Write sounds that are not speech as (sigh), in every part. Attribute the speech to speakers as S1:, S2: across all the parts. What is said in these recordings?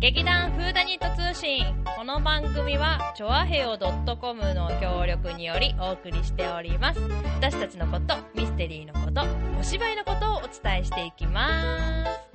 S1: 劇団フーダニット通信この番組はチョアヘオ .com の協力によりお送りしております私たちのことミステリーのことお芝居のことをお伝えしていきます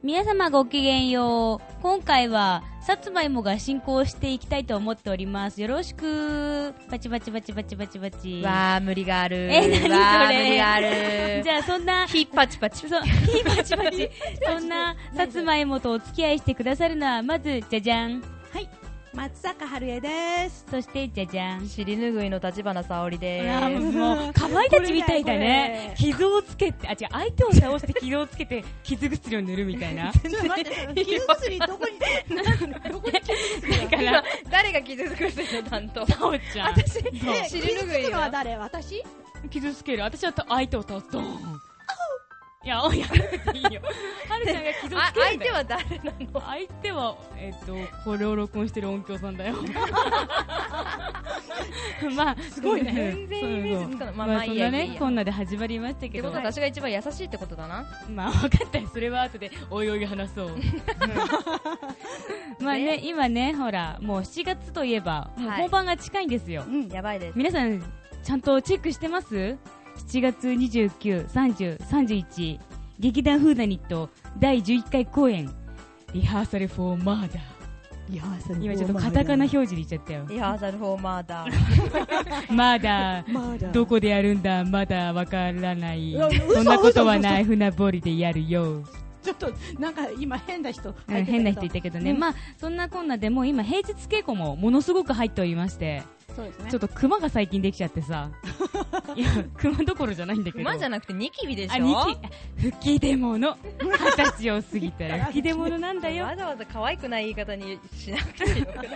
S2: 皆様ごきげんよう今回はさつまいもが進行していきたいと思っておりますよろしくバチバチバチバチバチバチ
S1: わあ無理がある
S2: え何それ
S1: わあ無理があ (laughs) る
S2: (laughs) じゃあそんな
S1: ひパチパチ
S2: そう、ひばちばち。そんな、さつまいもとお付き合いしてくださるのは、まず、じゃじゃん。
S3: はい、松坂春恵です。
S2: そして、じゃじゃん。
S1: 尻拭いの立花沙織で
S2: あー
S1: す
S2: もう、かまいたちみたいだね。
S3: こ
S2: 傷をつけて、あ、違う、相手を倒して傷をつけて、傷薬を塗るみた
S1: (laughs)
S2: いな。
S3: ちょっと (laughs) 待って、傷薬どこに、どこに傷薬
S2: だか
S3: が
S2: ら、
S1: (laughs) 誰が傷つくっての担当
S2: さおちゃん。
S3: 私、え
S1: そう
S3: 傷つくのは誰私
S2: 傷つける。私は相手を倒す。ドーン。いや、おいやめなくていい
S1: (laughs)
S2: よ。はるちゃんが傷を
S1: あ
S2: つけるん
S1: 相
S2: だ
S1: 手
S2: よ。
S1: は誰なの
S2: 相手は、えっ、と、これを録音してる音響さん
S1: (laughs)
S2: だよ。まあ、す
S3: ごいね
S1: 全然イメージつかないまあまあい
S2: そ
S1: い
S2: ん
S1: や
S2: な
S1: いや
S2: い
S1: いい
S2: ね
S1: や、
S2: こんなで始まりました
S1: って
S2: け
S1: こ
S2: ど
S1: とは、私が一番優しいってことだな
S2: まあ分かったよ、それは後でおいおい
S1: (laughs)
S2: 話そう。まあね、今ね、ほら、もう7月といえば、もう
S1: はい
S2: 本番が近いんですよ。
S3: うん。
S1: やばいです
S2: 皆さん、ちゃんとチェックしてます ?7 月29、30、31、劇団フーダニット第11回公演、リハーサル・フォー・マーダー。
S3: いや、それ
S2: 今ちょっとカタカナ表示で言っちゃったよ。
S1: リハーサルフォーマーダー
S2: (laughs) マーダー。
S3: まだ。
S2: どこでやるんだまだわからない
S3: や嘘。
S2: そんなことはない。船堀でやるよ。
S3: ちょっと、なんか今変な人入って
S2: う
S3: たけ
S2: ん
S3: ど。
S2: 変な人いたけどね、
S3: うん
S2: まあそんなこんなでもう今平日稽古もものすごく入っておりまして、
S3: そうですね。
S2: ちょっとクマが最近できちゃって
S3: (laughs)
S2: さいやクマどころじゃないんだけ
S1: (laughs)
S2: ど
S1: 馬じゃ
S2: な
S1: なくてニキビでしょ
S2: あニキ吹き出物二十歳を過ぎたら吹き出物な
S1: (laughs)
S2: んだよ
S1: わざわざ可愛くない言い方にしなくてよくない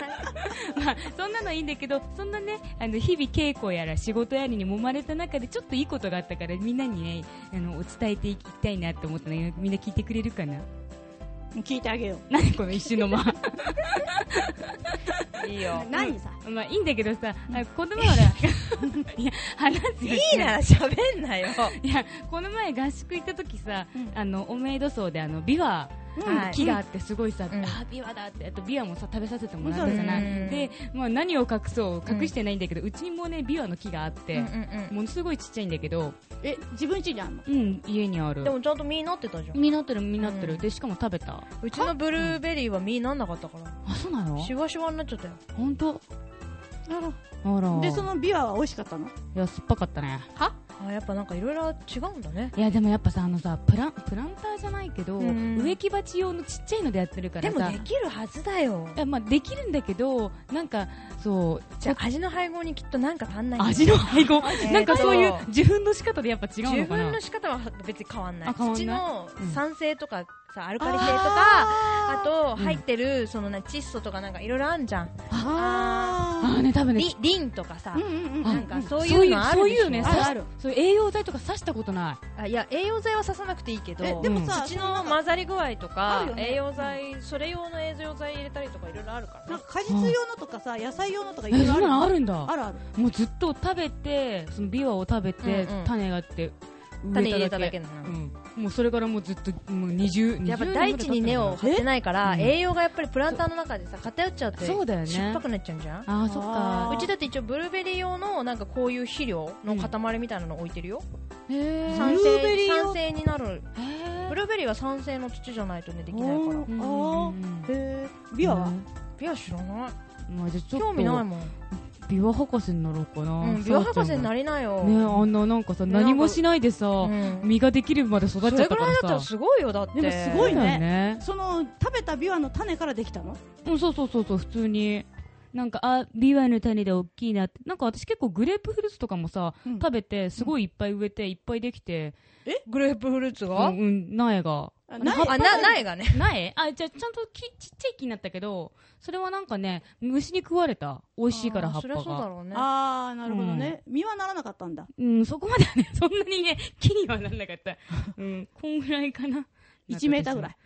S2: まあそんなのいいんだけどそんなねあの日々稽古やら仕事やりに揉まれた中でちょっといいことがあったからみんなにねあのお伝えていきたいなと思ったのよみんな聞いてくれるかな
S3: 聞いてあげよ
S2: 何この一瞬
S1: (laughs)
S2: の間
S1: いいよ (laughs)
S3: う。何さ。
S2: まあいいんだけどさあ子供はほらいや話すよ
S1: いいなら喋んなよ
S2: いやこの前合宿行った時さ、
S3: うん
S2: あのおめド荘であのビワ
S3: うん
S2: の木があってすごいさ、
S1: うん
S2: あービワだってあとビワもさ食べさせてもらったじゃ
S1: う
S2: ない
S1: ん、
S2: でまあ、何を隠そう隠してないんだけど、うちにもねビワの木があって、
S1: うんうん
S2: ものすごいちっちゃいんだけど、
S3: え、自分家にあんの
S2: うん、家にあ
S1: う
S2: る
S1: んでもちゃんと実になってたじゃん
S2: 実なってる実なってる、
S1: うん
S2: でしかも食べた
S1: うちのブルーベリーは実になんなかったか
S2: あそうな
S1: ら
S2: の
S1: シュワシュワになっちゃったよ
S2: 本当
S3: あ
S2: あら
S3: ら。で、そのビワは美味しかったの
S2: いや酸っぱかったね
S3: は
S1: あやっぱなんかいろいろ違うんだね
S2: いやでもやっぱさあのさプランプランターじゃないけど、
S1: うん
S2: 植木鉢用のちっちゃいのでやってるから
S1: で
S2: さ
S1: もできるはずだよ
S2: いやまあ、できるんだけどなんかそう
S1: じゃあ味の配合にきっとなんか足んないんだよ
S2: 味の配合
S1: (laughs) えーと
S2: なんかそういう受粉の仕方でやっぱ違う
S1: 自
S2: のかな
S1: 分の仕方は別に変わんない
S2: あ変わんない
S1: 土の
S2: うん
S1: 酸性とかさアルカリ性とかあ
S3: あー
S1: と
S2: ん
S1: 入ってるそのな窒素とかなんかいろいろあんじゃん
S2: あ
S3: あ
S2: あね多分ね
S1: リリンとかさ
S3: ー。うんうんう
S2: あ
S3: ん。
S1: なんかそういうのある
S2: そう
S1: で
S2: い
S1: しょ
S2: うそういうね
S3: ある
S2: さ
S3: ある
S2: そういう栄養剤とか刺したことな
S1: あいや栄養剤は刺さなくていいけど
S3: え、でもさ、
S1: 土の混ざり具合と
S3: あ
S1: か
S3: る、よね
S1: 栄養剤、それ用の栄養剤入れたりとかいろいろあるから
S3: なん
S1: ね
S3: か果実用のとかさ、野菜用のとかい
S2: い
S3: ろ
S2: え
S3: い
S2: そんな
S3: ろ
S2: の
S3: あ
S2: あ
S3: る
S2: るん
S3: の。
S2: だ
S3: あるある。
S2: もうずっと食べてそのビワを食べて、
S1: うんうん
S2: 種があって
S1: 種入れただけ
S2: の
S1: なの
S2: うん、もうそれからもうずっともう20 20年
S1: やっぱ大地に根を張ってないから
S2: うん
S1: 栄養がやっぱりプランターの中でさ偏っちゃって
S2: そうだよね
S1: 酸っぱくなっちゃうんじゃん
S2: ああそっ
S3: あ
S2: か
S1: うちだって一応ブルーベリー用のなんかこういう肥料の塊みたいなの置いてるよ
S2: へえ
S1: 酸
S3: ブルーベリ
S1: 性
S3: ー用
S1: 酸性になる
S2: へえ
S1: ブルーベリーは酸性の土じゃないとねできないから
S3: おー
S2: うん
S3: あ
S2: うんうん
S3: へービワは
S1: ビア知らない
S2: まあじゃあちょっと
S1: 興味ないもん
S2: ビワ博士になろうかな、
S1: うんビワ博士にな
S2: り
S1: りなよ
S2: ねあんななんかさ
S1: ね
S2: 何もしないでさ、
S1: うん
S2: 実ができるまで育
S1: そ
S2: っちゃ
S1: れ
S2: っ
S1: ぐ
S2: たから
S1: い
S2: ら
S1: だ
S2: さ
S1: ったらすごいよだって
S3: でもすごい
S2: そうだよね
S3: その食べたビワの種からできたの
S2: うんそうそうそうそう普通になんかあビワの種で大きいなってなんか私結構グレープフルーツとかもさ、
S3: うん
S2: 食べてすごいいっぱい植えていっぱいできて、
S1: グレープフルーツ
S2: う
S1: が
S2: んうん、苗が
S3: あ
S1: な
S3: 苗
S1: あな苗がね
S2: 苗あじゃあちゃんと木ちっちゃい木になったけどそれはなんかね虫に食われた美味しいから
S1: あー
S2: 葉っ
S1: そ
S2: ぱ
S1: りゃ
S2: が
S1: そうだろうね
S3: ああ、なるほどね。実はならなかったんだ。
S2: うん、そこまではね、 (laughs) そんなにね、木にはなんなかった。うん、こんぐらいかな。
S3: 1メーターぐらい。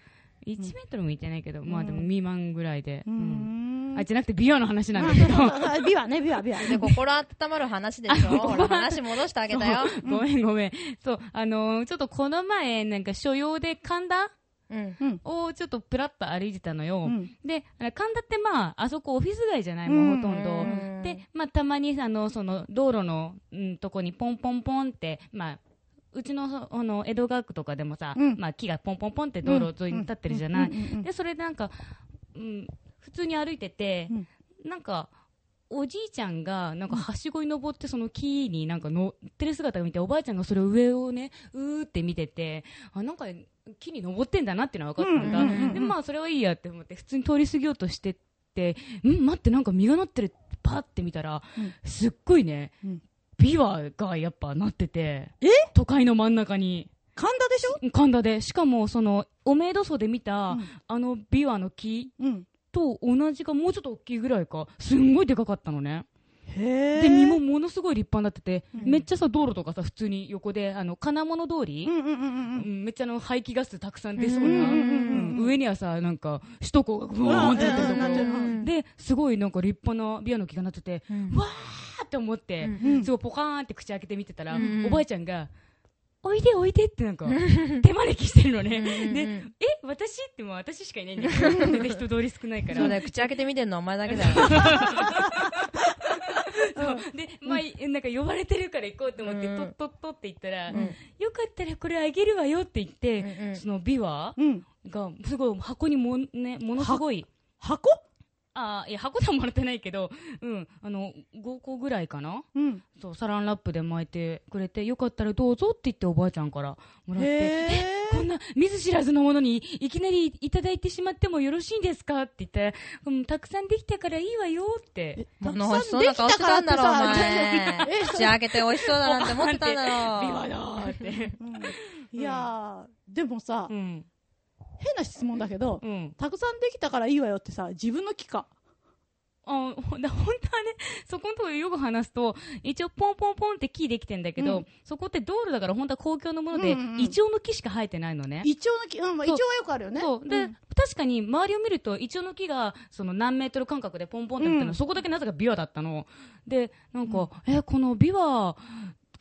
S2: 1メートルもいってないけど、まあでも未満ぐらいで、
S3: う
S2: うん
S3: ん
S2: あじゃなくて美容の話なんだけど、
S3: あ (laughs) 美はね、美は、美は。
S1: で心温まる話でしょほら話戻してあげたよ。
S2: (laughs) ごめんごめん。そう、あのーちょっとこの前、なんか所用で神田
S1: うん。
S3: うん。
S2: をちょっとプラッと歩いてたのよ。
S3: うん
S2: で、あれ神田ってまあ、あそこオフィス街じゃないもん、
S3: うん
S2: ほとんど。
S1: うん
S2: で、まあ、たまに、あの、その、道路の、うん、とこにポンポンポンって、まあ、うちの、そあの、江戸川区とかでもさ、
S3: うん
S2: まあ、木がポンポンポンって道路沿いに立ってるじゃない。
S3: うんうんうんうん
S2: で、それでなんか、うん、普通に歩いてて、
S3: うん
S2: なんか、おじいちゃんが、なんか、はしごに登って、その木になんか乗ってる姿を見て、おばあちゃんがそれを上をね、うーって見てて、あ、なんか、木に登ってんだなっていうのは分かったんだ。
S1: うんうんうんうん
S2: で、まあ、それはいいやって思って、普通に通り過ぎようとしてって、うん、待って、なんか実がなってる。パって見たら、
S3: うん
S2: すっごいね、
S3: うん
S2: ビワがやっぱなってて、
S3: え
S2: 都会の真ん中に。
S3: 神田でしょ
S2: 神田で、しかもその、おめえ土層で見た、
S3: うん
S2: あのビワの木
S3: うん。
S2: と同じか、もうちょっと大きいぐらいか、すんごいでかかったのね。
S3: へえ。
S2: で、実もものすごい立派になってて、
S3: うん
S2: めっちゃさ、道路とかさ、普通に横で、あの、金物通
S3: う
S2: り、
S3: んうんうんうん
S2: うんめっちゃあの排気ガスたくさん出そうな、
S1: うんうん
S3: うんうん
S2: 上にはさ、なんか、首都高がブワーンってなってるとこ
S3: うんうんうんうんうん
S2: で、すごいなんか立派なビワの木がなってて、
S1: うん
S2: わーって思って、
S3: うん。
S2: すごいポカーンって口開けて見てたら、
S1: うん
S2: おばあちゃんが、おいでおいでってなんか、手招きしてるのね。で、
S1: で、
S2: え、私ってもう私しかいないんだ
S1: (laughs)
S2: けど、全然人通り少ないから。
S1: そうだよ、口開けて見てんのお前だけだよ。
S2: そうで、まあ、えなんか呼ばれてるから行こうと思って、
S1: うん
S2: とっとっとって言ったら、
S1: うん
S2: よかったらこれあげるわよって言って、
S1: うんうん
S2: そのビワ
S3: うん。
S2: が、すごい箱にもん、ね、ものすごい、
S3: 箱
S2: あーいや、箱ではもらってないけど、うん、あの、5個ぐらいかな
S3: うん。
S2: そう、サランラップで巻いてくれて、よかったらどうぞって言っておばあちゃんからもらっ
S3: へ
S2: て、
S3: え。
S2: こんな見ず知らずのものにいきなりいただいてしまってもよろしいんですかって言って、うん、たくさんできたからいいわよって。
S1: 物欲しそうな顔してたんだろ、お前。
S3: (laughs) え、
S1: 口開けて美味しそうだなんて思ってたんだ
S2: ビ
S1: ろ
S2: ワ。だーって。
S3: いやー、でも
S2: (laughs)
S3: さ
S2: う、ん。
S3: 変な質問だけど
S2: う、ん。
S3: たくさんできたからいいわよってさ、自分の木か。
S2: あほんだ本当はね、そこのところよく話すと、一応ポンポンポンって木できてんだけど、
S3: うん
S2: そこって道路だから本当は公共のもので、
S3: うんうんうん
S2: イチョウの木しか生えてないのね。
S3: イチョウの木、うん、まあイチョウはよくあるよね。
S2: そう。で、
S3: ん
S2: 確かに周りを見ると、イチョウの木が、その何メートル間隔でポンポンってなってるの、
S3: うん
S2: そこだけなぜかビワだったの。で、なんか、え、このビワ、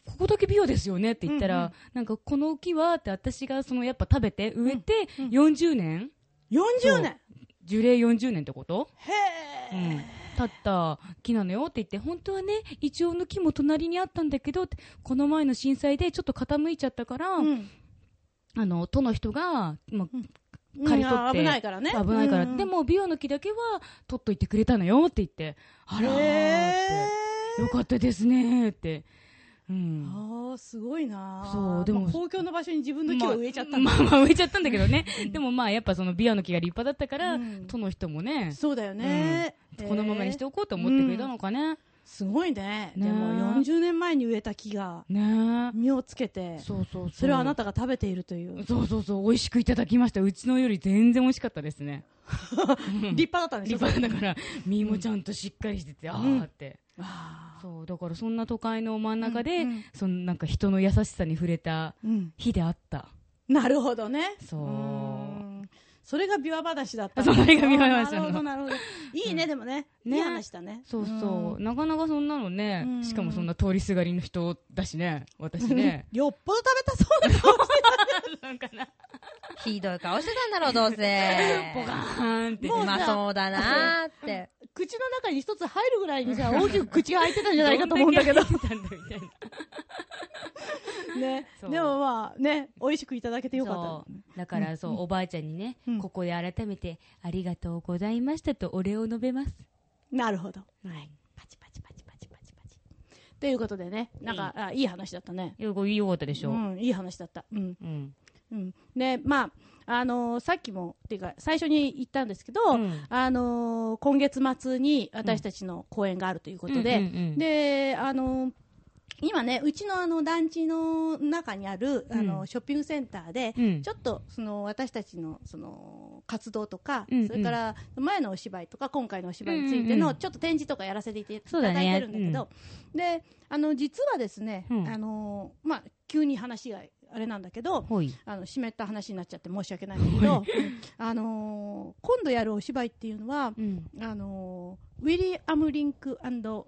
S2: ここだけビワですよねって言ったら、
S3: うんうん
S2: なんかこの木はって私がそのやっぱ食べて植えて
S3: うんうん
S2: 40年、
S3: 40年。
S2: 樹齢40年ってこと、
S3: へ
S2: う
S3: え。
S2: ん、経った木なのよって言って、本当はね、イチョウの木も隣にあったんだけどって、この前の震災でちょっと傾いちゃったから、
S3: うん
S2: あの、都の人が、まあ、刈り取って
S3: うん危ないからね。
S2: 危ないから、
S3: うん
S2: で、も美容の木だけは取っといてくれたのよって言ってあらーっ
S3: へー
S2: てよかったですねーって、うん、
S3: ああ、すごいなー。
S2: そうでも
S3: まあ公共の場所に自分の木を植えちゃったん
S2: ま
S3: だ
S2: あ、まあまあ植えちゃったんだけどね、 (laughs) でもまあやっぱその美容の木が立派だったから、
S3: うん
S2: 都の人もね
S3: そうだよね、
S2: このままにして
S3: へー
S2: おこうと思ってくれたのかね、
S3: すごいね
S2: ね
S3: でも40年前に植えた木が
S2: ね
S3: 実をつけて
S2: えそうそうそう
S3: それをあなたが食べているという、立
S2: そうそうそう美味しくいただきましたうちのより全然美味しかったですね
S3: 派だったんでし
S2: 立
S3: ょ
S2: 派だから実もちゃんとしっかりしてて、ああって
S3: あー
S2: そうだからそんな都会の真ん中で、
S3: うんうん
S2: そのなんか人の優しさに触れた
S3: うん、
S2: 日であった
S3: (laughs) なるほどね
S2: そう
S3: うんそれが琵琶話だった
S2: そうそれが琵琶話な
S3: なる
S2: の
S3: ほどなるほどいいね、でもね
S2: ね
S3: いい話だね
S2: そうそう、
S3: ん
S2: なかなかそんなのね、
S3: うん
S2: しかもそんな通りすがりの人だしね私ね
S3: よっぽど食べ (laughs) たそうな顔して
S2: なんかな
S1: ひどい顔してたんだろ、どうせ。
S2: ポカーンって
S3: もう
S1: うまそうだなーって。
S3: (laughs) 口の中に一つ入るぐらいにさ大きく口が開いてたんじゃないかと思うんだけど
S2: んだけ入ってたんだみたいな
S3: (laughs) ね
S2: そう
S3: でもまあね美味しくいただけてよかった
S2: そうだからそう、おばあちゃんにね、
S3: うん
S2: ここで改めてありがとうございましたとお礼を述べます、
S3: なるほど
S2: はい
S3: パチパチパチパチパチパチ。ということでね、なんか、
S2: う
S3: あいい話だったね。
S2: よくよかったでし
S3: う
S2: ょ
S3: ん、いい話だった。うん。
S2: うん
S3: うん。で、まあ、あのーさっきも、っていうか、最初に言ったんですけど、
S2: うん
S3: あのー今月末に私たちの公演があるということで、
S2: うんうんうん
S3: で、あのー今ね、うちのあの団地の中にあるあの、
S2: うん
S3: ショッピングセンターで、
S2: うん
S3: ちょっとその私たちのその活動とか、
S2: うんうん
S3: それから前のお芝居とか今回のお芝居について
S2: うんうんう
S3: の
S2: ん
S3: ちょっと展示とかやらせていた
S2: そうだ
S3: だ
S2: ね
S3: いてるんだけど、であの実はですね、
S2: うん
S3: あのーまあ、急に話があれなんだけど、
S2: ほい。
S3: あの湿った話になっちゃって申し訳ないんだけど、 (laughs) あのー今度やるお芝居っていうのは、
S2: うん。
S3: あのーウィリアム・リンク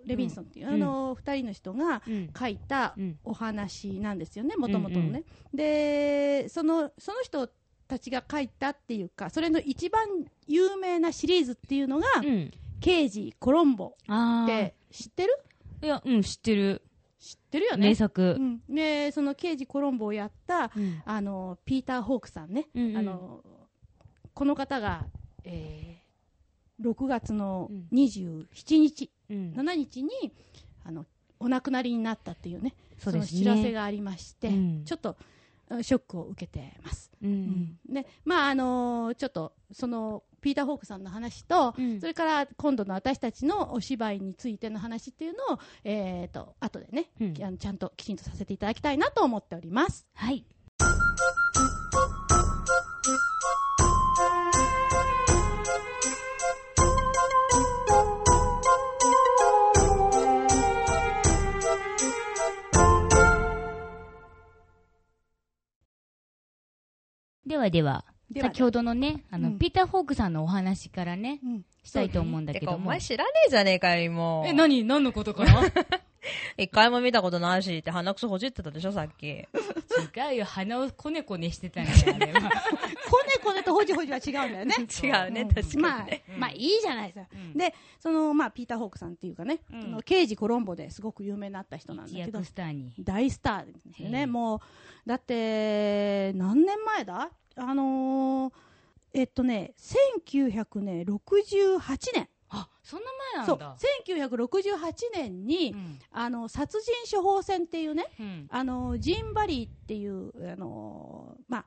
S3: レビンソンっていう、
S2: うん
S3: あのー、2人の人が
S2: うん。
S3: 書いた
S2: うん。
S3: お話なんですよね、もともとの
S2: うんう
S3: ね。でその、その人たちが書いたっていうか、それの一番有名なシリーズっていうのが、
S2: うん。
S3: 刑事コロンボ
S2: ああ。
S3: って知ってる
S2: いや、うん、知ってる。
S3: 知ってるよね
S2: 名。作
S3: う。ん、でその刑事コロンボをやった
S2: うん。
S3: あのピーター・ホークさんね、
S2: うんうん
S3: あのこの方が、えー6月の
S2: うん
S3: 27日、
S2: うん。
S3: 7日にあのお亡くなりになったっていうね
S2: そうですね。
S3: の知らせがありまして、
S2: うん
S3: ちょっとうんショックを受けてます。
S2: う。
S3: うんんでまああのちょっとそのピーター・ホークさんの話と、
S2: うん
S3: それから今度の私たちのお芝居についての話っていうのを、えー、と後でね
S2: うん。
S3: あのちゃんときちんとさせていただきたいなと思っております。
S2: はい。ではでは、
S3: では
S2: 先ほどのね、あの、
S3: うん
S2: ピーター・ホークさんのお話からね、
S3: うん、
S2: したいと思うんだ
S1: て
S2: け
S1: か、
S2: ど
S1: お
S2: も。
S1: 前知らねえじゃねえかよ、今。
S2: え、何何のことかな
S1: 一回も見たことないしって鼻くそほじってたでしょ、さっき。
S2: (laughs) 違うよ、鼻をこねこねしてたんだよ、あれは。
S3: こねこねとほじほじは違うんだよね。
S1: 違うね、
S3: ん
S1: 確かに。
S3: まあ、まあいいじゃないですか。
S2: うん
S3: で、その、まあ、ピーター・ホークさんっていうかね、
S2: うん
S3: あの刑事コロンボですごく有名になった人なん
S2: 一
S3: だけど
S2: 躍、スターに。
S3: 大スターですよ
S2: へえ
S3: ね。もう、だって、何年前だあのーえっとね、1968年。
S2: あ、そんな前
S3: そ
S2: なん
S3: う、
S2: だ。
S3: 1968年に、
S2: うん
S3: あの、殺人処方箋っていうね、
S2: うん。
S3: あのジンバリーっていう、あのまあ、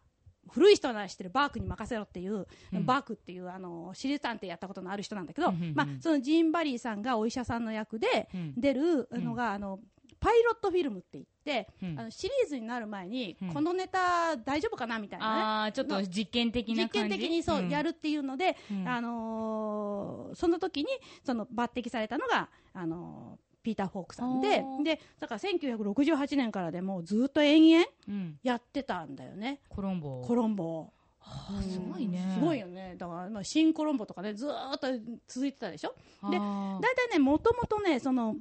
S3: 古い人なら知ってるバークに任せろっていう、
S2: うん
S3: バークっていう、あの私立探偵やったことのある人なんだけど、
S2: うんうんうん
S3: まあ、そのジンバリーさんがお医者さんの役で
S2: うん
S3: 出るのが、あのパイロットフィルムって言って、
S2: うん
S3: あのシリーズになる前に、
S2: うん
S3: このネタ大丈夫かなみたいなね。
S2: ああ、ちょっと実験的な
S3: 実験
S2: 感じ
S3: 的にそう、や
S2: る。
S3: るっていうので、
S2: うん
S3: あのーその時にその抜擢されたのが、あのーピーター・フォークさんで
S2: あー
S3: でだから1968年からでもうずっと延々
S2: うん。
S3: やってたんだよね
S2: コロンボ。
S3: コロンボを
S2: あーすごいね。
S3: すごいよねだから、まあ、新コロンボとかねずーっと続いてたでしょで
S2: あー
S3: 大体ねもともとねその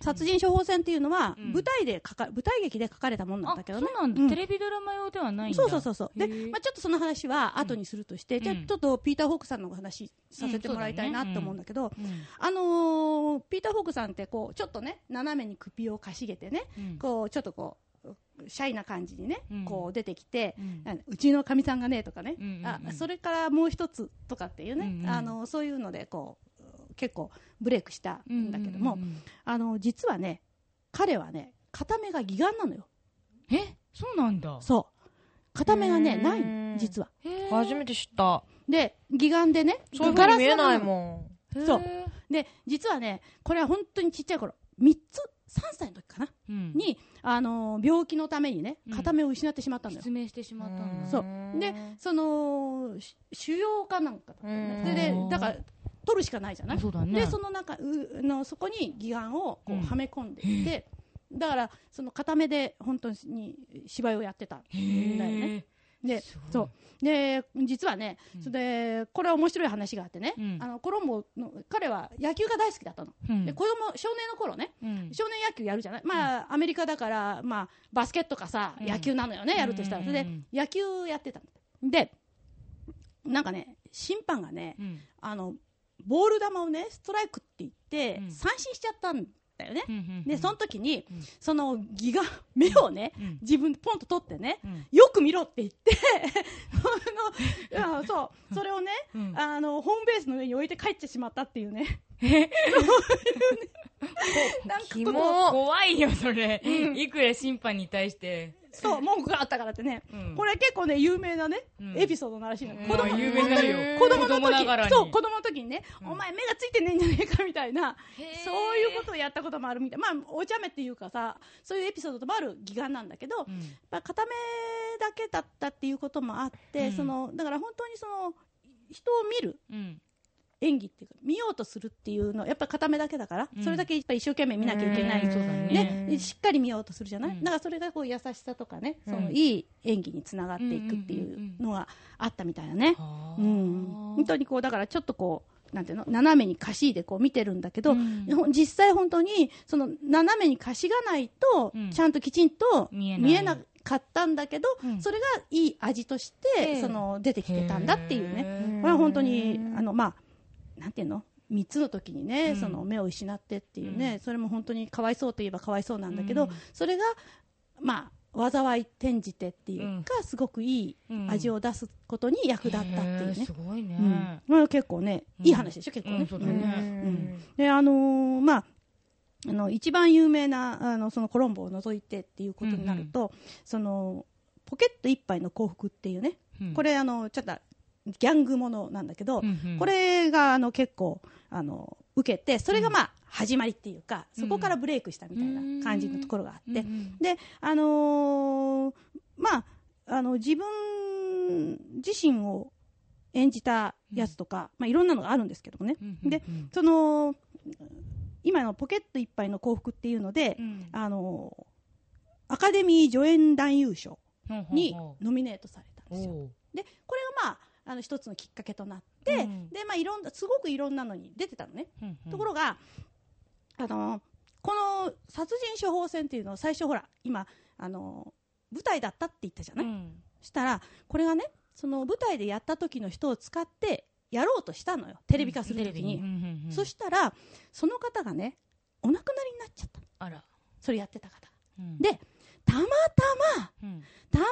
S3: 殺人処方箋っていうのは
S2: うん
S3: 舞台で書か、舞台劇で書かれたもんなんだけどね
S2: あそうなんだ、
S3: うん
S2: テレビドラマ用ではないんだ。
S3: そうそうそうそう。で、
S2: へー
S3: まあちょっとその話は後にするとして、
S2: ん
S3: じゃあ
S2: うん
S3: ちょっとピーター・ホークさんのお話させてもらいたいなと思うんだけど、
S2: うん。
S3: あのーピーター・ホークさんってこう、ちょっとね、斜めに首をかしげてね、
S2: うん
S3: こう、ちょっとこう、シャイな感じにね、
S2: うん
S3: こう出てきて、
S2: うん
S3: あのうちのかみさんがね、とかね、
S2: うんうんうん
S3: あ、それからもう一つとかっていうね、
S2: うんうん
S3: あのそういうので、こう、結構ブレイクしたんだけども、
S2: うんうんうん
S3: あの実はね、彼はね、片目が義眼なのよ。
S2: うんえそうなんだ。
S3: そう。片目が
S1: う
S3: ね、
S1: ーん
S3: ないの実は。
S2: へー
S1: 初めて知った。
S3: で、義眼でね、
S1: そういう
S3: ガ
S1: 風に
S3: ラス
S1: 見えない
S3: ん。
S1: も
S3: そう
S2: へ
S3: で、実はね、これは本当にちっちゃい頃、3つ、3歳の時かな、
S2: ーうん、
S3: に、あのー病気のためにね
S2: うん、
S3: 片目を失ってしまったんだよ。
S2: 失明してし
S1: ん。
S2: まったんだ。
S3: そう
S1: う
S3: で、その、し腫瘍かなんかだったのね。
S1: う
S3: そ
S1: ん
S3: れで、だから、取るしかないじゃない、
S2: そうだね。
S3: で、その中、うのそこに義眼をこ
S2: うん
S3: うはめ込んでいて、だから、その片目で本当に芝居をやってたんだ
S2: へ
S3: よ
S2: ー
S3: ね。で、
S2: すごい
S3: そう。で、実はね、
S2: うん
S3: それで、これは面白い話があってね、
S2: うん
S3: あの、コロンボの、彼は野球が大好きだったの。
S2: うん
S3: で、子供、少年の頃ね、
S2: うん
S3: 少年野球やるじゃないまあ、アメリカだから、まあ、バスケットかさ、
S2: うん
S3: 野球なのよね、やるとしたら。
S2: うん
S3: そ
S2: うんうん
S3: れで、野球やってたので、なんかね、審判がね、
S2: うん
S3: あの、ボール球をね、ストライクって言って
S2: う、ん
S3: 三振しちゃったんだよね。
S2: うんうんうん
S3: で、その時に
S2: うん、
S3: その、ギガ、目をね、
S2: うん
S3: 自分でポンと取ってね、
S2: うん
S3: よく見ろって言って、 (laughs) あのあそう、それをね、
S2: うん
S3: あの、ホームベースの上に置いて帰ってしまったっていうね。
S1: キ
S3: そういうね。なんかこ
S1: モ
S2: 怖いよ、それ。いくら審判に対して。
S3: う、そう、文句があったからってね。
S2: うん
S3: これ結構ね、有名なね、
S2: うん
S3: エピソードならしいの。
S2: うん
S3: 子供の
S2: 有名になるよ。
S3: 子供
S2: 子
S3: の
S2: 供ながら
S3: 時、
S2: に
S3: そう、子供の時にね、
S2: うん
S3: お前目がついてねえんじゃねえかみたいな、
S2: へー
S3: そういうことをやったこともあるみたい。まあ、お茶目っていうかさ、そういうエピソードもある義眼なんだけど、
S2: うん
S3: まあ、片目だけだったっていうこともあって、
S2: うん
S3: そのだから本当にその人を見る
S2: うん
S3: 演技っていうか見ようとするっていうのやっぱり片目だけだから、
S2: うん
S3: それだけやっぱり一生懸命見なきゃいけない、
S1: うん
S2: そうだね
S3: ね、しっかり見ようとするじゃない、
S2: うん
S3: だからそれがこう優しさとかね、
S1: うん
S3: そのいい演技につながっていくっていうのがあったみたいなね、
S2: はあ
S3: うん本当にこうだからちょっとこうなんていうの斜めにかしいでこう見てるんだけど、
S2: うん
S3: ほん実際本当にその斜めにかしがないと、
S2: うん
S3: ちゃんときちんと
S2: 見えない
S3: 見えなかったんだけど、
S2: うん
S3: それがいい味とし
S2: ええ
S3: てその出てきてたんだっていうね。
S2: へ
S3: これは本当にあのまあなんていうの3つの時に
S2: う
S3: ね、
S2: ん
S3: その目を失ってっていうね、
S2: うん
S3: それも本当にかわいそうといえばかわいそうなんだけ
S2: う
S3: ど
S2: ん
S3: それがまあ災い転じてっていうか、すごくいい
S2: ー
S3: 味を出すことに役立ったっていう
S2: へー
S3: ね
S2: す、ごいね
S3: うんまあ、結構ねいい話でしょ、結構ね。
S2: うんそうだ
S3: うん
S2: ね
S3: であのーまああの一番有名なあのそのコロンボを除いてっていうことになると、そのポケット一杯の幸福っていうね、
S2: うん
S3: これあのちょっとギャングものなんだけど、
S2: うんうん
S3: これがあの結構あの受けてそれがまあ始まりっていうか、
S2: うん
S3: そこからブレイクしたみたいな感じのところがあって、
S2: うんうん
S3: であのーまああの自分自身を演じたやつとか、まあ、いろんなのがあるんですけどもね
S2: うんうん
S3: で
S2: うん
S3: その今の「ポケットいっぱいの幸福」っていうので、
S2: うん
S3: あのーアカデミー助演男優賞に
S2: ほ
S3: ノミネートされたん
S2: う
S3: ですよ。
S2: ほう
S3: でこれがまああの一つのきっかけとなって、
S2: うん
S3: でまあいろんなすごくいろんなのに出てたのね、
S2: うんうん
S3: ところがあのこの殺人処方箋っていうのを最初ほら今あの舞台だったって言ったじゃない、
S2: うん
S3: したらこれがねその舞台でやった時の人を使ってやろうとしたのよテレビ化する時に、
S2: うんうんうん
S3: そしたらその方がねお亡くなりになっちゃったの
S2: あら
S3: それやってた方
S2: うん
S3: でたまたま
S2: うん
S3: たまたま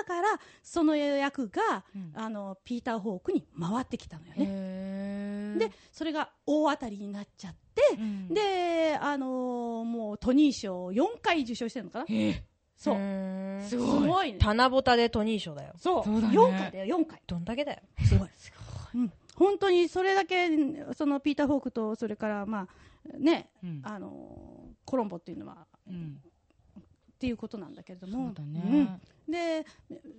S3: だからその予約が
S2: うん
S3: あのピーター・ホークに回ってきたのよね。
S2: へー
S3: でそれが大当たりになっちゃって、
S2: うん
S3: で、あのーもうトニー賞を4回受賞してるのかな
S2: へー
S3: そう、
S1: す
S2: す
S1: ごい
S2: ごい
S3: すごいね
S1: 棚ぼたでトニー賞だよ
S3: そう
S2: そうだね
S3: 4回だよ4回
S1: どんだけだよ
S3: すごいうん、本当にそれだけそのピーター・ホークとそれからまあね
S2: うん
S3: あのーコロンボっていうのは
S2: うん
S3: っていうことなんだけれども
S2: そうだね
S3: うんで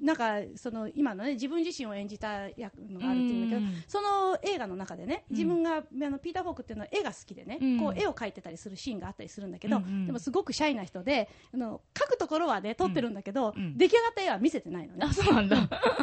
S3: なんかその今のね自分自身を演じた役のがあるっていうんだけど、
S2: うん
S3: その映画の中でね
S2: うん
S3: 自分が、あのピーター・フォークっていうのは絵が好きでね、
S2: うん
S3: こう絵を描いてたりするシーンがあったりするんだけど、
S2: うんうん
S3: でもすごくシャイな人であの描くところはね撮ってるんだけど、
S2: うんうん
S3: 出来上がった絵は見せてないのね
S2: あそうなんだ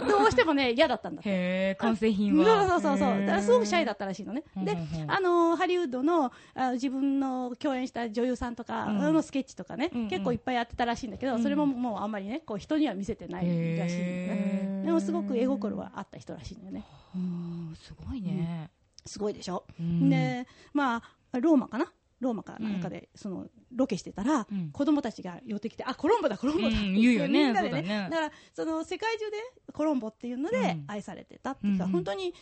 S3: どうしてもね嫌だったんだって。
S2: へえ完成
S3: そう
S2: 品は
S3: そうそうそう
S1: へー
S3: だからすごくシャイだったらしいのね、
S2: うん
S3: で
S2: うんうん
S3: あのハリウッドのあ自分の共演した女優さんとか
S2: うん
S3: のスケッチとかね、
S2: うんうん
S3: 結構いっぱいやってたらしいんだけど、
S2: うん
S3: それももうあんまりねこう人には見せてないらしいのね、
S2: へ
S3: でもすごく絵心はあった人らしいのよね、
S2: うんすごいね
S3: すごいでしょ、
S2: うん
S3: でまあローマかなローマかなんかで、そのロケしてたら、
S2: うん
S3: 子供たちが寄ってきてあコロンボだコロンボだって
S2: うん
S3: って
S2: 言うよね
S3: みんなで
S2: そうだね
S3: からその世界中でコロンボっていうの
S2: う
S3: で
S2: ん
S3: 愛されてたっていうか、
S2: うんうん
S3: 本当に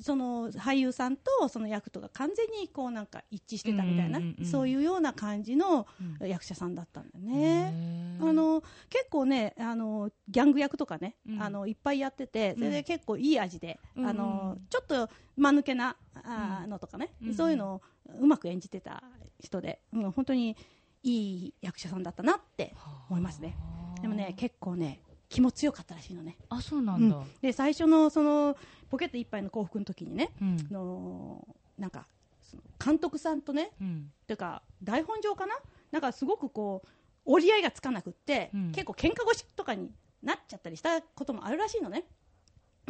S3: その俳優さんとその役とが完全にこうなんか一致してたみたいな、
S2: うんうんうん
S3: そういうような感じの
S2: うん
S3: 役者さんだったんだよね。
S2: へー
S3: あの結構ねあのギャング役とかね、
S2: うん
S3: あのいっぱいやっててそれで結構いい味で、
S2: うん
S3: あのちょっと間抜けなあー
S2: う
S3: のとかね、
S2: うん
S3: そういうのをうまく演じてた人で、うん、本当にいい役者さんだったなって思いますね
S2: はあ
S3: でもね結構ね気も強かったらしいのね
S2: あそうなんだ
S3: で最初のそのポケットいっぱいの幸福の時にね、
S2: うん
S3: あのーなんかその監督さんとね
S2: うん
S3: ていうか台本上かななんかすごくこう折り合いがつかなくって、
S2: うん
S3: 結構喧嘩腰とかになっちゃったりしたこともあるらしいのね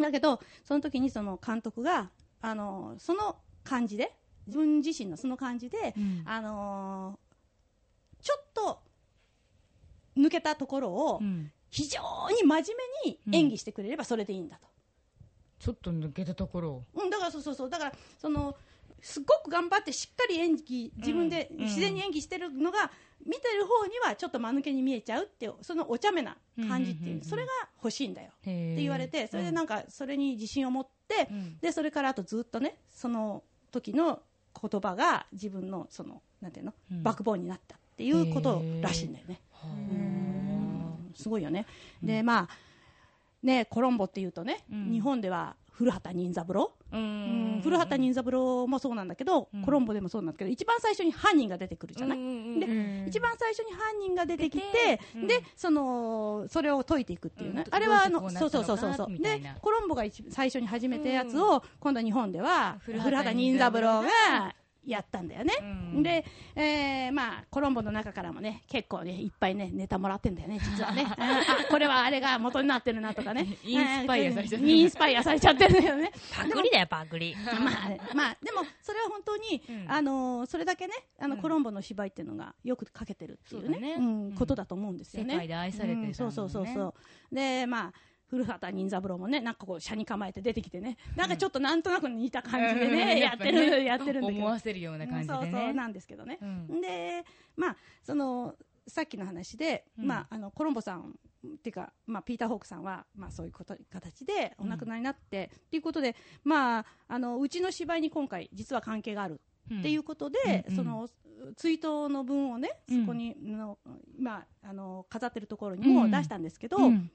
S3: だけどその時にその監督があのその感じで自分自身のその感じで、
S2: うん
S3: あのーちょっと抜けたところを
S2: うん
S3: 非常に真面目に演技してくれればそれでいいんだと、
S2: ちょっと抜けたところ
S3: うん、だからそうそうそうだからそのすっごく頑張ってしっかり演技自分で
S2: うん
S3: 自然に演技してるのが、見てる方にはちょっと間抜けに見えちゃうってそのお茶目な感じっ
S2: う
S3: ていう,、
S2: んうんうんうん
S3: それが欲しいんだよっ
S2: って
S3: て言われてそれでなんかそれに自信を持って、でそれからあとずっとねその時の言葉が自分のそのなんていうの、
S2: うん
S3: バックボーンになったっていうことらしいんだよね。
S1: うん
S3: すごいよね。でまあねコロンボっていうとね、
S2: うん
S3: 日本では古畑任三郎、
S1: う
S3: うん
S1: ん
S3: 古畑任三郎もそうなんだけど、
S2: うん
S3: コロンボでもそうなんだけど一番最初に犯人が出てくるじゃない、
S2: で
S1: うん
S3: 一番最初に犯人が出てきて
S2: 出てうん
S3: でそのそれを解いていくっていうね、
S2: うん
S3: あれはあ
S2: ど
S3: の
S2: うして
S3: そ
S2: こ
S3: う
S2: うな
S3: そう
S2: った
S3: そ
S2: のかな
S3: うそう
S2: みた
S3: で
S2: いな
S3: コロンボが一最初に始めたやつを、今度は日本では
S2: 古
S3: 古
S2: 畑
S3: 畑任三郎がやったんだよね、
S2: うん
S3: で、えーまあ、コロンボの中からもね結構ねいっぱいねネタもらってんだよね
S2: (laughs)
S3: 実はねああこれはあれが元になってるなとかね
S2: インスパイアされちゃってる
S3: インスパイアされちゃってるんだよ
S2: (laughs)
S3: ね
S1: パクリだよパクリ
S3: まあ、まあ、でも、それは本当に、
S2: うん
S3: あのーそれだけね、あの、
S2: うん
S3: コロンボの芝居っていうのが、よく書けてるっていうね、
S2: そうだね
S3: ん
S2: うん
S3: ことだと思うんですよ
S2: 世
S3: ね。
S2: 界で愛されてる、
S3: うんそうそうそうそう。で、まあ、古畑任三郎もね、なんかこう、車に構えて出てきてね、なんかちょっとなんとなく似た感じでね、やってる、やってるんだけ
S2: 思
S3: ど。
S2: わせるような感じでね、
S3: うんそうそうなんですけどね。
S2: うん
S3: で、まあ、その、さっきの話で、
S2: うん
S3: まあ、あの、コロンボさん、っていうか、まあ、ピーター・ホークさんは、まあ、そういうこと、形でお亡くなりになって、っていうことで、まあ、あの、うちの芝居に今回、実は関係があるっていうことで、
S2: うん
S3: その、追悼の文をね、
S2: うん
S3: そこに、のまあ、あの、飾ってるところにも出したんですけど、
S2: うん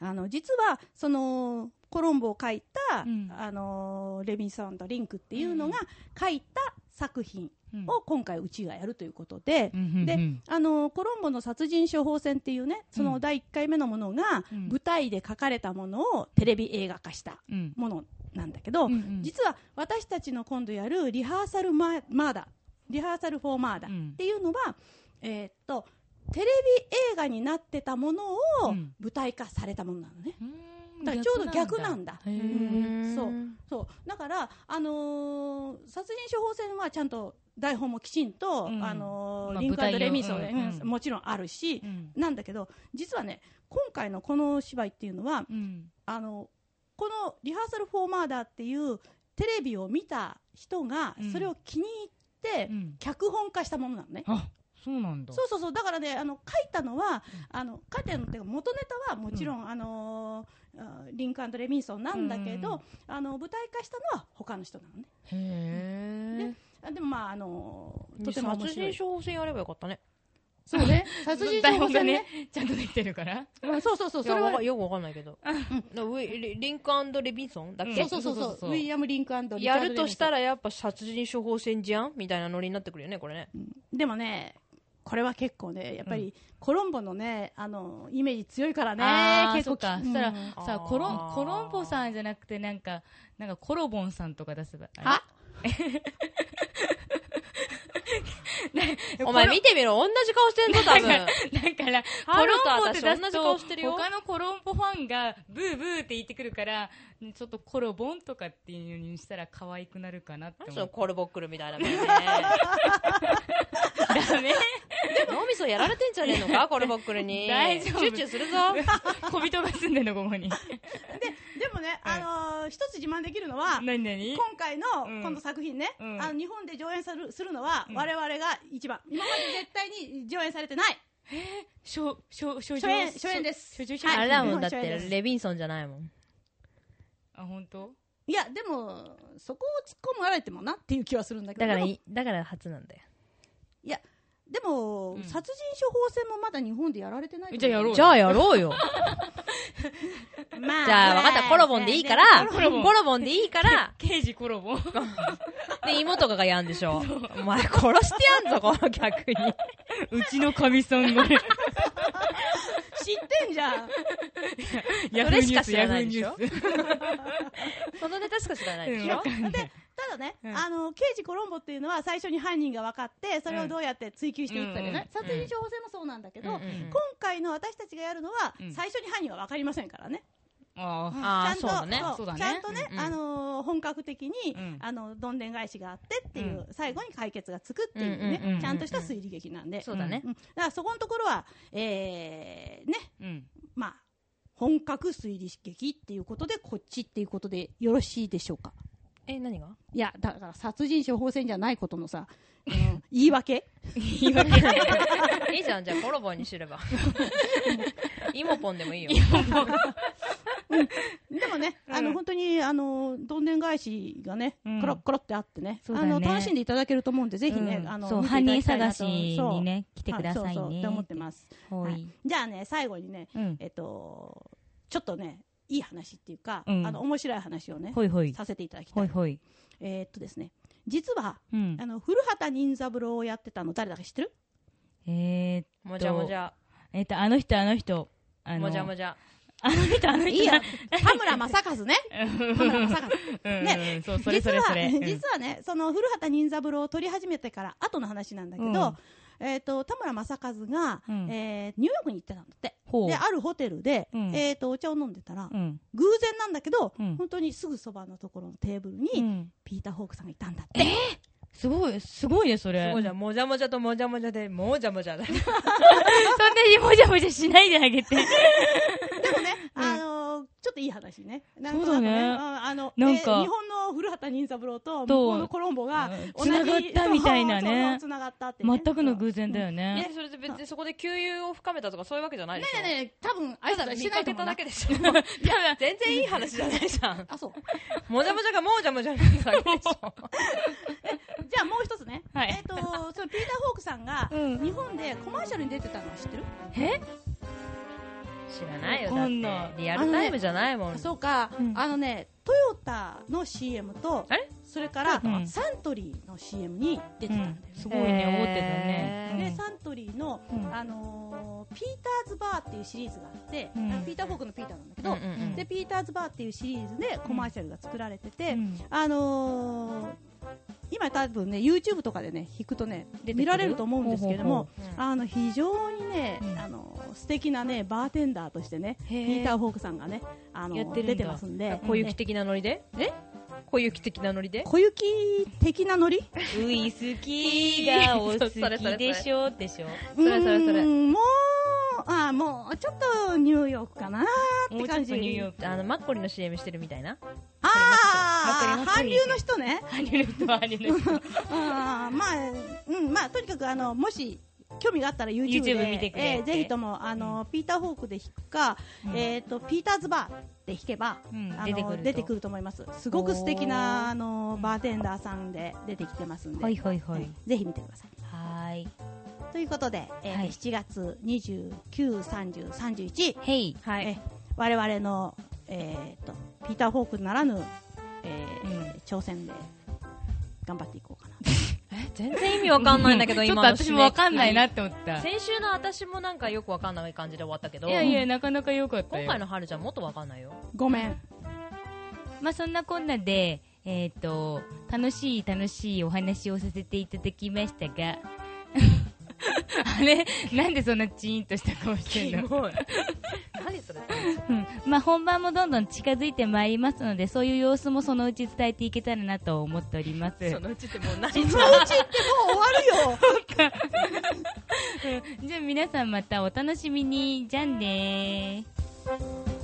S3: あの、実は、その、コロンボを書いた、
S2: うん
S3: あの、レビンさんとリンクっていうのが書いた作品
S2: うん
S3: を今回うちがやるということで、
S2: うん
S3: で
S2: うん
S3: あのコロンボの殺人処方箋っていうねその第1回目のものが
S2: うん
S3: 舞台で書かれたものをテレビ映画化した
S2: うん
S3: ものなんだけど、
S2: うんうん
S3: 実は私たちの今度やるリハーサルママーダリハーサルフォーマーダ
S2: うん
S3: っていうのは、えーっとテレビ映画になってたものを
S2: うん
S3: 舞台化されたものなのね。
S2: うん
S3: だからちょうど逆なんだ
S2: へ
S1: う
S2: ー
S1: ん
S3: そうそうだから、あのー殺人処方箋はちゃんと台本もきちんと、
S2: うん
S3: あのー
S2: まあ
S3: リンク
S2: 舞台用
S3: レミソで、
S2: うん
S3: うんもちろんあるし
S2: う、ん
S3: なんだけど実はね今回のこの芝居っていうのは
S2: うん
S3: あのこのリハーサルフォーマーダーっていうテレビを見た人が
S2: うん
S3: それを気に入って
S2: うん
S3: 脚本化したものなのね。
S2: あそうなんだ
S3: そうそうそうだからねあの書いたのは、あの書いたのっていうか元ネタはもちろん、あのーあーリンクレミンソンなんだけど、あの舞台化したのは他の人なのね
S2: へえ
S3: あでもまああのーとても面
S1: 殺
S3: 白
S1: 人
S3: い
S1: 症戦やればよかったね
S3: そうね殺人
S2: 台
S3: 処方
S2: 本が
S3: 箋
S2: ね
S3: ね、
S2: ちゃんとできてるから
S3: うん、そうそうそう
S1: い
S3: そ
S1: や
S3: れ
S1: わ
S3: は
S1: かよくわかんないけどなウィリリンクレビンソンだっ
S2: う
S1: け
S2: ん
S3: そうそう
S2: そう
S3: そ
S2: そうそ
S3: うそううウィリアム・リンクリチャード
S1: やるとした
S3: ら
S1: らやっぱ殺人処方箋じゃんみたいなノリになってくるよねこれね
S3: でもねこれは結構ねやっぱりコロンボのねあのイメージ強いから
S2: あ
S3: ね
S2: ーそ
S3: 結構
S2: っか、
S3: き
S2: そしたら
S3: うん
S2: さ
S1: あー
S2: コロンコロンボさんじゃなくてなんかなんかコロボンさんとか出せばれ
S3: あ
S1: お前見てみろ同じ顔してんぞ
S2: (laughs)
S1: 多分
S2: だからコ
S1: ハ
S2: ロ
S1: ルと
S2: ンボって
S1: 私
S2: 出
S1: 同
S2: す
S1: じ
S2: と
S1: 顔してるよ
S2: 他のコロンボファンがブーブーって言ってくるからちょっとコロボンとかっていうのにしたら可愛くなるかなって
S1: (laughs) 何そ
S2: 思
S1: の
S2: う
S1: コルボックルみたいなもんね
S2: ダメ
S1: 脳みそやられてんじゃねえのかコルボックルに
S2: 大丈夫
S1: チューチューするぞ
S2: 小人が住んでん (laughs) のここに
S3: でもね、
S2: はい
S3: あのー一つ自慢できるのは
S2: 何何
S3: 今回の
S2: うん
S3: この作品ね、
S2: うん
S3: あの日本で上演するするのは
S2: うん
S3: 我々が一番、今まで絶対に上演されてない
S2: 初初初
S3: 初演初演です
S2: 初初
S3: はい
S1: あれだもんだっ
S3: 日本
S1: て
S3: 初演
S1: レビンソンじゃないもん
S2: あ本当
S3: いやでもそこを突っ込まれてもなっていう気はするんだけど
S1: だから
S3: でも
S1: いだから初なんだよ
S3: でも、
S2: うん
S3: 殺人処方箋もまだ日本でやられてないと思
S2: じゃあ
S1: じゃあや
S2: やろう
S1: ろうよ
S3: まあ
S1: じゃあ分
S3: これ
S1: かったコロボンでいいから
S2: ね
S1: コロボンコロボンでいいから
S2: 刑事コロボン
S1: で芋とかがやんでしょお前殺してやんぞこの客に
S2: うちのかみさんがね
S3: 知ってんじゃん
S2: ヤフ
S1: そ
S2: ー
S1: れ
S2: ニ
S1: し
S2: ュー
S1: か
S2: ス
S1: 知ら
S2: ヤフ
S1: な
S2: ー
S1: い
S2: ニ
S1: でし
S2: ュ
S1: ょ
S2: ース
S1: そのネタしか知らないで
S2: うん
S1: しょ
S2: わかんない
S3: ただね、
S2: うん
S3: あの刑事コロンボっていうのは最初に犯人が分かってそれをどうやって追及していくかでね、
S2: うん
S3: 殺人処方箋もそうなんだけど、
S1: うんうんうん
S3: 今回の私たちがやるのは、
S2: うん
S3: 最初に犯人は分かりませんからね、
S2: あ
S1: あー
S2: ー
S3: ちゃんと
S1: そうだね
S2: そうだね
S3: ちゃんとね、
S1: うんうん
S3: あのー本格的に、
S2: うん
S3: あのどんでん返しがあってっていう、最後に解決がつくっていう
S1: うんうんうん
S2: う
S3: ね
S2: ん
S3: ちゃんとした推理劇なんで、
S1: そうだね
S3: うんだからそこのところは、えーね
S2: うん
S3: まあ、本格推理劇っていうことでこっちっていうことでよろしいでしょうか
S1: え何 (laughs) が
S3: いや、だから殺人処方箋じゃないことのさ、うん (laughs) 言い訳
S1: 言い訳いいじゃんじゃあコロボンにすれ (laughs) ば芋ポンでもいいよ
S3: (laughs) でもね、
S2: うん
S3: あの、本当に、あの、どんでん返しがね、
S2: うん
S3: コロッコロってあってね、
S2: そうだ
S3: あ
S2: ね
S3: の、楽しんでいただけると思うんで、ぜひね、
S2: うん
S3: あの、
S4: そう、
S3: 見
S4: 犯
S3: てい
S4: 人
S3: ただ
S4: 探
S3: き
S4: した
S3: いなと
S4: にね、来てくだ
S3: は
S4: さ
S3: い
S4: い
S3: そうそうっ
S4: ね。
S3: て思ってます。
S4: は
S3: はいい。じゃあね、最後にね、
S2: うん
S3: えっと、ちょっとね、いい話っていうか、
S2: うん
S3: あの面白い話をね、
S2: ほいほい。
S3: させていただきた
S2: ほ
S3: い。
S2: いほい。
S3: えーっとですね、実は、
S2: うん
S3: あ。の古畑任三郎をやってたの誰だか知ってる？
S2: えー、
S1: もじゃもじゃ。
S2: えっと、あの人、あの人。あの
S1: も
S2: (laughs)
S1: じゃもじゃ。
S2: あの人、あの人。
S3: いいよ、田村正和ね。田村正和。
S2: うん
S3: ね
S2: うん (laughs) そう、それ
S3: 実
S2: それ
S3: は
S2: それ。うん
S3: 実はね、その古畑任三郎を撮り始めてから後の話なんだけど、えーっと田村正和が、
S2: うん
S3: えーニューヨークに行ってたんだって。
S2: ほう
S3: であるホテルで、
S2: うん
S3: えーっとお茶を飲んでたら、
S2: うん。
S3: 偶然なんだけど、
S2: うん
S3: 本当にすぐそばのところのテーブル
S2: う
S3: に
S2: ん
S3: ピーター・ホークさんがいたんだって。
S2: すごい、すごいね、そ
S1: そ
S2: れ。そん
S1: う
S2: な (laughs)
S1: じゃん、もじゃもじゃともじゃもじゃで、もじゃもじゃだ。
S2: にもじゃもじゃしないであげて。
S3: でもね、あのーちょっといい話ね。なん
S2: そうだ
S3: となく
S2: ね
S3: うんあの、
S2: なん
S3: え
S2: か
S3: ー日本の古畑任三郎と、向
S2: と
S3: こうのコロンボが
S2: うん、
S3: 同じ
S2: 繋がったみたいなね
S3: そうそうつながったってね、
S2: 全くの偶然だよ
S1: え
S2: ね。
S1: それで別にそこで給油を深めたとかそういうわけじゃないでしょ
S3: そう。ねえねえねえ、多分、挨
S1: ただ
S3: 拶
S1: 見
S3: しな
S1: か
S3: いと
S1: け
S3: 思
S1: た
S3: うな
S1: だけでしょ。いや、 (laughs) 全然いい話じゃないじゃん。 (laughs)
S3: あ、そう。
S1: もじゃもじゃがもじゃもじゃなんだけでしょ。
S3: じゃあもう一つね。
S2: はい
S3: えっ、と、そのピーター・ホークさんが、
S2: うん
S3: 日本でコマーシャルに出てたのは知ってる、
S2: え
S1: 知らないよ。
S2: わかんない
S1: だってリアルタイムじゃないもん。
S3: あそうか、
S2: うん
S3: あのね、トヨタの CM と
S1: あれ、
S3: それから、
S2: うん
S3: サントリーの CM に出てたんだよね。
S2: すごいね、思ってたね。
S3: で
S2: うん
S3: サントリーの、
S2: うん
S3: あのーピーターズバーっていうシリーズがあって、
S2: うん
S3: あのピーター・フォークのピーターなんだけ
S1: うん
S3: ど、
S1: うんうん
S3: でピーターズバーっていうシリーズでコマーシャルが作られてて、
S2: うん
S3: あのー今多分ね YouTube とかでね弾くとね
S2: 出てくる
S3: 見られると思うんですけれども
S2: ほ
S1: うん
S3: あの非常にね、
S2: うん
S3: あのー素敵なねバーテンダーとしてね
S2: へ
S3: ピ
S2: ー
S3: ーター・フォークさんがねあのー
S2: やってるんだ
S3: 出てますんで
S1: 小雪的なノリで
S3: え
S1: 小雪的なノリで
S3: 小雪的な
S2: (laughs)
S3: ノリ
S2: ウイスキーがお好
S1: (laughs) それそれそ
S2: き
S1: れ
S2: でしょでしょ
S1: それそれそれ
S3: うーんもうあーもうちょっとニューヨークかなー
S2: も
S3: って
S2: うちょ
S3: 感
S2: っ
S3: じ
S2: とニューヨーク。
S1: あのマッコリの CM してるみたいな
S3: あ
S2: わ
S3: あ
S2: か
S3: 韓
S2: り
S3: 流
S2: ます
S3: の人ね。
S2: ハリウッド、ハリウッド。
S3: あーまあ、うん、まあ、とにかく、あの、もし。興味があったら YouTube で
S2: YouTube 見てくれ
S3: えーぜひともあの、ピーター・ホークで弾くか、
S2: うん
S3: えっ、とピーターズバーで弾けば、
S2: うん
S3: あの
S2: 出てくると
S3: 出てくると思いますすごく素敵なあのバーテンダーさんで出てきてますんで、
S2: はいはいはい。
S3: ぜひ見てください
S2: はーい。
S3: ということで、えー
S2: はい
S3: 7月293031
S2: ヘイ。
S1: は
S3: え我々の、えー、とピーター・ホークならぬ、えー挑戦で頑張っていこうかな
S1: 全然意味わかんないんだけど
S2: (laughs) ちょっと
S1: 今の
S2: 私もわかんないなって思った。
S1: 先週の私もなんかよくわかんない感じで終わったけど
S2: いやいや、なかなか良かったよ。
S1: 今回の春ちゃんもっとわかんないよ
S3: ごめん
S2: まあそんなこんなで、えっ、と、楽しい楽しいお話をさせていただきましたが、 (laughs) あれなんでそんなチーンとした顔してんの、
S1: ごい (laughs) 何それ
S2: うん、まあ本番もどんどん近づいてまいりますので、そういう様子もそのうち伝えていけたらなと思っております。
S1: そ
S2: (laughs)
S1: のうちってもうないじゃん
S3: そのうちってもう終わるよ
S2: じゃあ皆さんまたお楽しみに。じゃんねー。